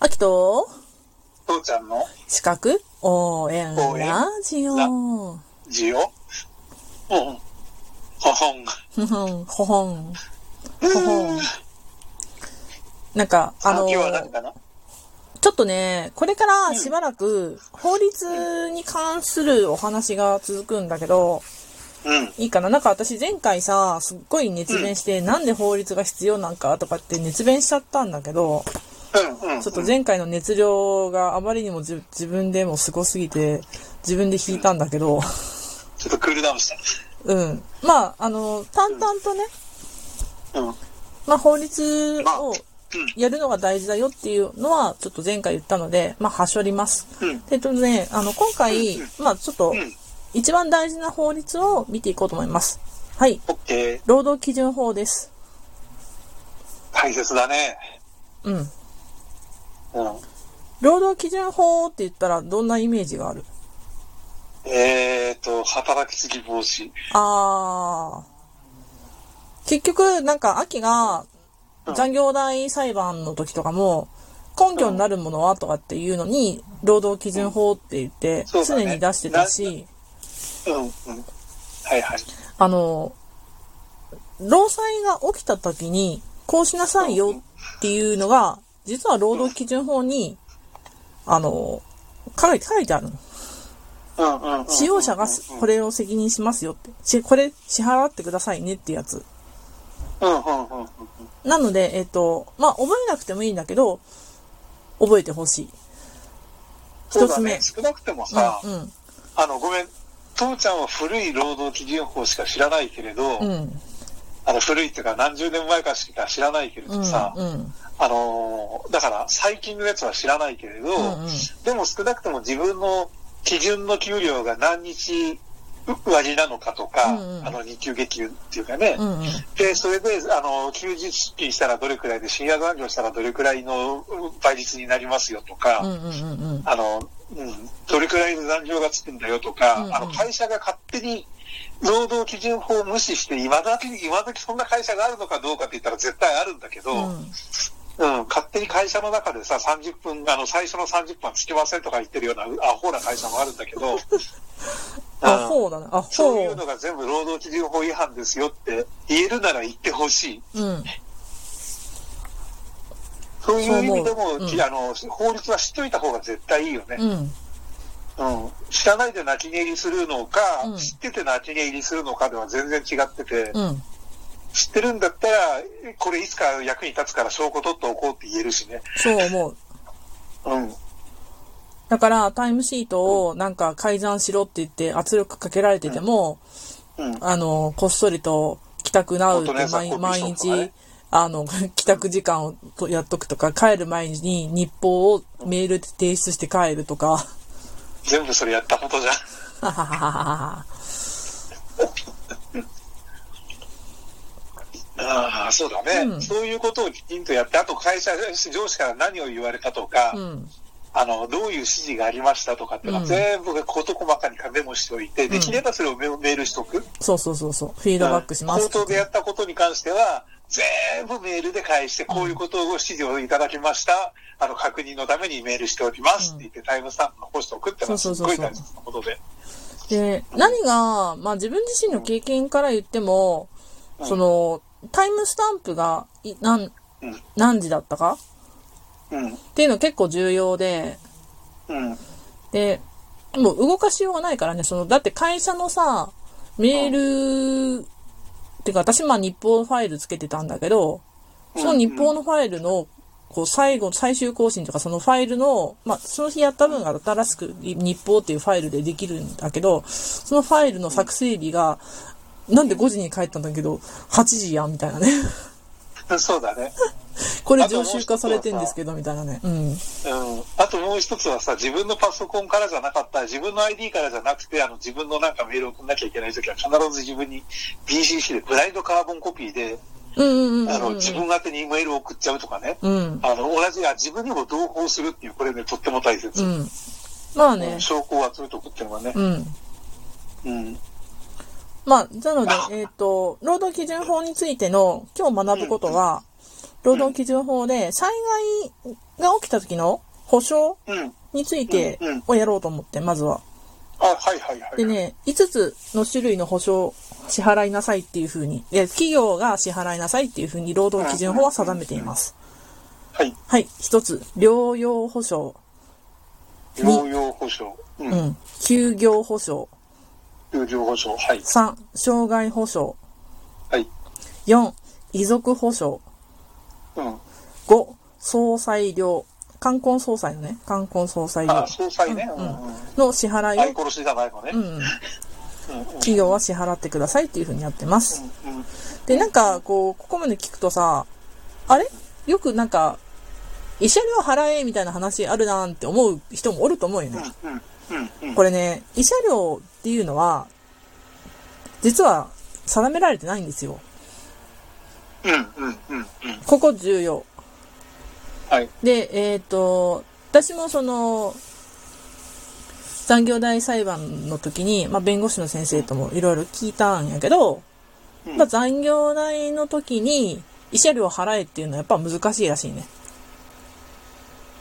あきと、父ちゃんの資格、応援、応援ラジオ。ラほ字を、うん、ほほん。ほん、ほほん。ほほん。なんか、あの、今日は何ちかなょっとね、これからしばらく、法律に関するお話が続くんだけど、うん。いいかななんか私前回さ、すっごい熱弁して、なんで法律が必要なんかとかって熱弁しちゃったんだけど、うん、うん。ちょっと前回の熱量があまりにもじ自分でもすごすぎて、自分で引いたんだけど、ちょっとクールダウンしうん。まあ、あの、淡々とね、た。うん。うん。まあ、法律まあをやるのが大事だよっていうのは、ちょっと前回言ったので、まあ、はしょります。うんで、えっとね、あの、今回、まあ、ちょっとうん、一番大事な法律を見ていこうと思います。はい。オッケー。労働基準法です。大切だね。うん。うん。労働基準法って言ったら、どんなイメージがあるえーと、働きすぎ防止。あー。結局、なんか、秋がうん、残業代裁判の時とかも、根拠になるものはとかっていうのに、労働基準法って言って、そうだ常ねに出してたし、うん、うん。はいはい。あの、労災が起きた時に、こうしなさいよっていうのが、実は労働基準法に、あの、書いて、書いてあるの。うん、うんうん。使用者がすこれを責任しますよって。しこれ支払ってくださいねってやつ。うん、うん、うん。うんなので、えっ、と、まあ、覚えなくてもいいんだけど、覚えてほしい。そう一だつ目ね。。少なくてもさ、うん、あの、ごめん。父ちゃんは古い労働基準法しか知らないけれど、うん、あの、古いっていうか何十年前かしか知らないけれうどん、さ、うん、あのーだから最近のやつは知らないけれど、んうんでも少なくとも自分の基準の給料が何日上着なのかとか、うんうんあの、二級月給っていうかね、うん、うん、で、それで、あの、休日出勤したらどれくらいで、深夜残業したらどれくらいのうん倍率になりますよとか、うん、うん、うん、あの、うん、どれくらいの残業がつくんだよとか、うんうんあの、会社が勝手に労働基準法を無視して、今だけ、今時そんな会社があるのかどうかって言ったら絶対あるんだけど、うん、うん、勝手に会社の中でさ、30分、あの、最初の30分はつきませんとか言ってるような、アホな会社もあるんだけど、 アうんホだね、アそういホう。のが全部労働基準法違反ですよって言えるなら言ってほしい。うん、そういう意味でも、そう思ううんきあの、法律は知っといた方が絶対いいよね。うん、うん。知らないで泣き寝入りするのか、うん知ってて泣き寝入りするのかでは全然違ってて、うん、知ってるんだったら、これいつか役に立つから証拠取っておこうって言えるしね。そう思う。うん。だから、タイムシートをなんか改ざんしろって言って圧力かけられてても、うん。あの、こっそりと帰宅なうって本当ね毎毎コピーショップが日ね、あの、 帰宅時間をとやっとくとか、帰る前に日報をメールで提出して帰ると か。全部それやったことじゃん。はははははああ、そうだね、うんそういうことをきちんとやって、あと会社、上司から何を言われたとか、うん。あの、どういう指示がありましたとかっていうのはうん全部事細かにメモしておいて、できればそれをメメールしとく。フそうそうそうそう。フィードバックします。口頭でやったことに関しては、全部メールで返して、こういうことを指示をいただきました。あの、確認のためにメールしております、って言ってタイムスタンプ残しておくってのはすそっうそうごそうそうい大切なことで。で、何が、まあ自分自身の経験から言っても、その、タイムスタンプが、い何うん、何時だったかうん。っていうの結構重要で、うん。で、もう動かしようがないからね、その、だって会社のさ、メール、てか私まあ日報ファイルつけてたんだけど、その日報のファイルの、こう最後、最終更新とかそのファイルの、まあその日やった分が新しく日報っていうファイルでできるんだけど、そのファイルの作成日が、なんで5時に帰ったんだけど、8時やんみたいなね。 そうだね。これ常習化されてんですけど、みたいなね。うん。うん、あともう一つはさ、自分のパソコンからじゃなかった、自分の ID からじゃなくて、あの自分のなんかメールを送んなきゃいけないときは、必ず自分に BCC でブラインドカーボンコピーで、うんうんうんあの自分宛てにメールを送っちゃうとかね、うん。うん。あの同じや自分にも同行するっていう、これね、とっても大切。うん。まあうねん。証拠を集めておくっていうのはねう。ん。うん。まあ、なので、えっ、と、労働基準法についての今日学ぶことは、労働基準法で災害が起きた時の保障うん。についてうんうんをやろうと思って、まずは。あ、はいはいはい。でね、5つの種類の保証、支払いなさいっていうふうに、いや企業が支払いなさいっていうふうに労働基準法は定めています。はい。はい、1つ、療養保障。療養保障。う。うんん、休業保障。療養保障。はい。 3、障害保障。はい。 4、遺族保障。うん。 5、総裁料。冠婚総裁のね、冠婚総裁料あ、総裁ね。うんうん。の支払相いを、殺しじゃないのね。うん、企業は支払ってくださいっていうふうにやってます。うん。うん。で、なんか、こう、ここまで聞くとさ、あれよくなんか、慰謝料払えみたいな話あるなーって思う人もおると思うよね。うん。うん。うん。これね、慰謝料っていうのは、実は定められてないんですよ。うん。うん。うん。うん。ここ重要。はい。で、えっ、と、私もその、残業代裁判の時に、まあ、弁護士の先生ともいろいろ聞いたんやけど、うんまあ、残業代の時に、慰謝料払えっていうのはやっぱ難しいらしいね。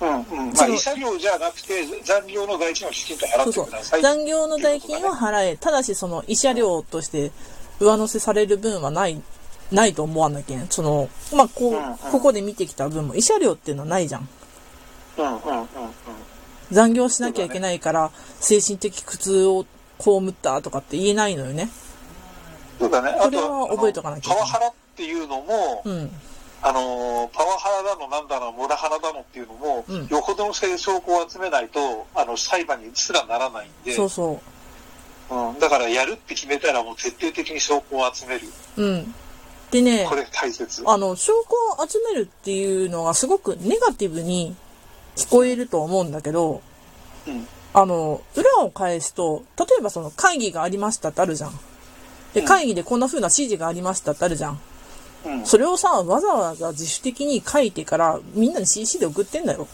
うん。うん。まそあ、の慰謝料じゃなくて、残業の代金をきちんと払そっうそてくださう。い。残業の代金は払え。ただし、その、慰謝料として上乗せされる分はない、ないと思わなきゃね。その、まあ、こううんうん、ここで見てきた分も、慰謝料っていうのはないじゃん。うん。うん。うん。残業しなきゃいけないから、精神的苦痛を被ったとかって言えないのよね。そうだね。あことれは覚えとかなきゃあのパワハラっていうのも、うん。あのパワハラだのなんだのモラハラだのっていうのも、うんよほどの証拠を集めないとあの裁判にすらならないんで、そうそうん、だからやるって決めたらもう徹底的に証拠を集めるう。うん。でねこ、れ大切あの、証拠を集めるっていうのがすごくネガティブに聞こえると思うんだけど、うんあの、裏を返すと、例えばその会議がありましたってあるじゃん。で、うん会議でこんな風な指示がありましたってあるじゃん。うんそれをさ、わざわざ自主的に書いてから、みんなに CC で送ってんだよ。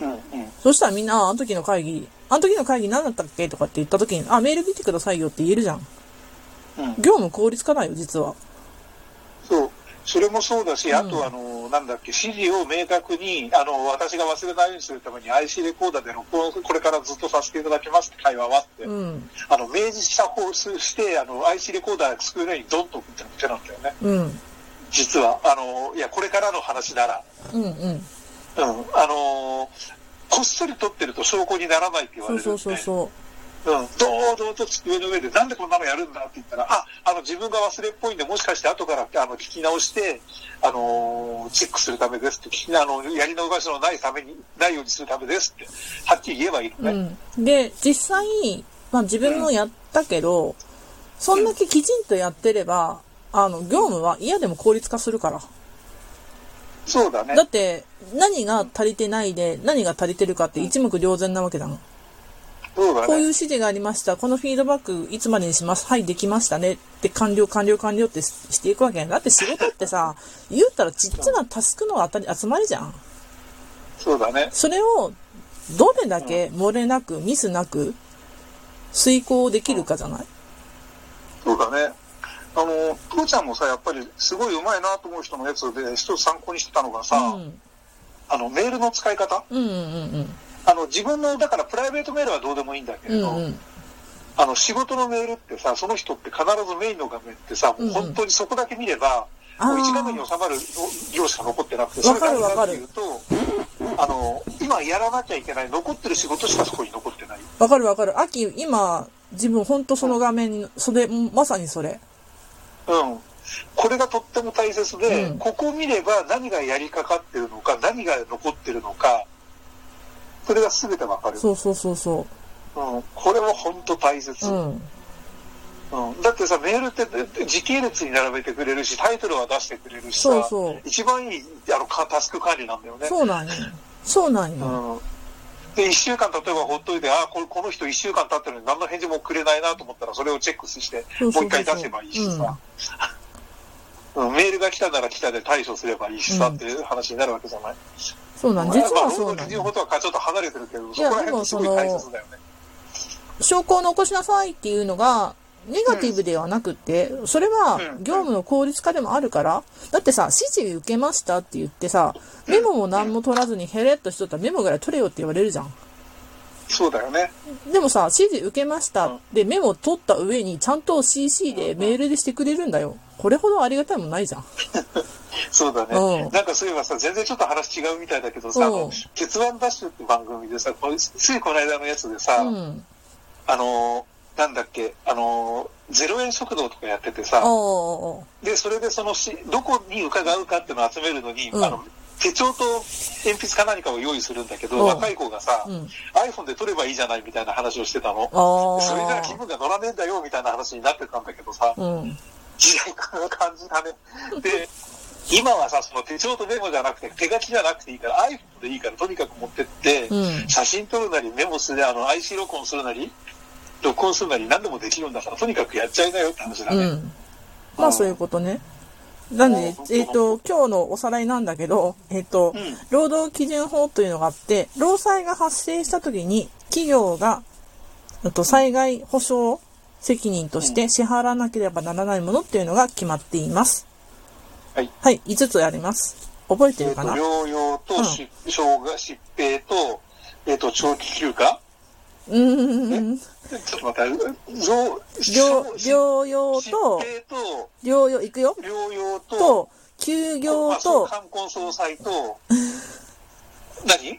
うんうんそしたらみんな、ああの時の会議、あの時の会議何だったっけとかって言った時に、あ、メール見てくださいよって言えるじゃん。うん業務効率化だよ、実は。そうそれもそうだし、んあとあの、なんだっけ、指示を明確に、あの、私が忘れないようにするために IC レコーダーで録音、これからずっとさせていただきますって会話はあって、うん。あの、明示した方すして、あの、IC レコーダー作るのにドンと送って手なんだよね。うん。実は、あの、いや、これからの話なら、うんうん。うん、あの、こっそり取ってると証拠にならないって言わそれうるんで、そうそうそう。うん、堂々と机の上で、なんでこんなのやるんだって言ったら、あ、あの、自分が忘れっぽいんで、もしかして後からあの聞き直して、あの、チェックするためですって、聞きあの、やり逃しのないために、ないようにするためですって、はっきり言えばいいのね。うん、で実際、まあ、自分もやったけど、そんだけきちんとやってればあの業務は嫌でも効率化するからそうだねだ。って何が足りてないで何が足りてるかって一目瞭然なわけだもんそうだこういうね。指示がありましたこのフィードバックいつまでにしますはいできましたねって完了完了完了ってししていくわけやんだって仕事ってさ言ったらちっちゃなタスクの当たり集まりじゃんそうだね。それをどれだけ漏れなくミスなく遂行できるかじゃないそうだね。あの、父ちゃんもさ、やっぱりすごいうまいなと思う人のやつで、一つ参考にしてたのがさ、うんあの、メールの使い方。うんうんうんあの、自分の、だからプライベートメールはどうでもいいんだけうれど、んうんあの、仕事のメールってさ、その人って必ずメインの画面ってさ、もう本当にそこだけ見れば、うんもうんうあー1画面に収まる量しか残ってなくて、わかるそれが何っていうと、あの、今やらなきゃいけない、残ってる仕事しかそこに残ってない。わかるわかる。秋、今、自分ほんとその画面、それ、まさにそれ。うん。これがとっても大切で、うんここを見れば何がやりかかってるのか、何が残ってるのか、それが全てわかる。そうそうそうそうん。これは本当大切。う。うん。うん、だってさ、メールってで時系列に並べてくれるし、タイトルは出してくれるしさ、そうそう一番いいあのかタスク管理なんだよね。そうなんよ。そうなんよ。うん、で、1週間例えばほっといて、あここの人1週間経ってるのに何の返事もくれないなと思ったら、それをチェックして、そうそうそうそうもう一回出せばいいしさ、うんメールが来たなら来たで対処すればいいしさ、うんっていう話になるわけじゃない。そうなん実はそうまあ、なん労働基準法よ。とはちょっと離れてるけど、そいこやら辺ってすごい大切だよね。証拠を残しなさいっていうのが、ネガティブではなくって、それはうん業務の効率化でもあるから、だってさ、指示受けましたって言ってさ、メモも何も取らずにヘレッとしとったらメモぐらい取れよって言われるじゃん。そうだよね。でもさ、指示受けましたでメモ取った上にちゃんと CC でメールでしてくれるんだよ。これほどありがたいもんないじゃん。そうだうねん。なんかそういえばさ、全然ちょっと話違うみたいだけどさ、あうんの、鉄腕ダッシュって番組でさ、こうついこの間のやつでさ、うん。あのー、なんだっけ、あのー、0円食堂とかやっててああ、あさ、あで、それでそのし、どこに伺うかっていうのを集めるのに、うんあの、手帳と鉛筆か何かを用意するんだけど、うん若い子がさ、うん iPhone で撮ればいいじゃないみたいな話をしてたの。ああ。それじゃ気分が乗らねえんだよみたいな話になってたんだけどさ、うん。時代の感じだね。で、今はさ、その手帳とメモじゃなくて、手書きじゃなくていいから、iPhone でいいから、とにかく持ってって、うん写真撮るなり、メモするなり、あの、IC 録音するなり、録音するなり、何でもできるんだから、とにかくやっちゃいなよって話だうね。ん。まあそういうことね。なんで、えっ、と、今日のおさらいなんだけど、えっ、と、うん労働基準法というのがあって、労災が発生した時に企業が、えっと、災害保障責任として支払わなければならないものっていうのが決まっています。はい。はい、5つあります。覚えてえるっとかな、療養とし、障害、疾病と、えっと、長期休暇うーん。ちょっと待って、療療、療養疾と、病と、療養、いくよ療養と、と、休業まあそうと、冠婚葬祭 と、何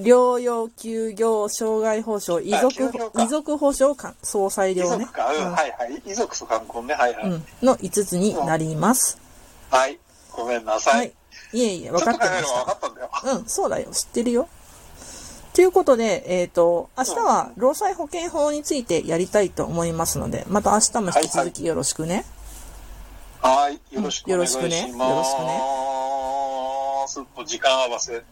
療養、休業、障害保障、遺族あ休業、か遺族保障か、総裁遺量ね族。か、うん、はいはい。遺族と冠婚ね、はいはい。うん。の5つになります。はい。ごめんなさい。はい。いえいえ、分ちかょっってとま考えるのしは分かったんだよ。た。うん、そうだよ。知ってるよ。ということで、えっ、と、明日は労災保険法についてやりたいと思いますので、また明日も引き続きよろしくね。はい。よろしくお願いします。よろしくねよろしくねちょっと時間合わせ。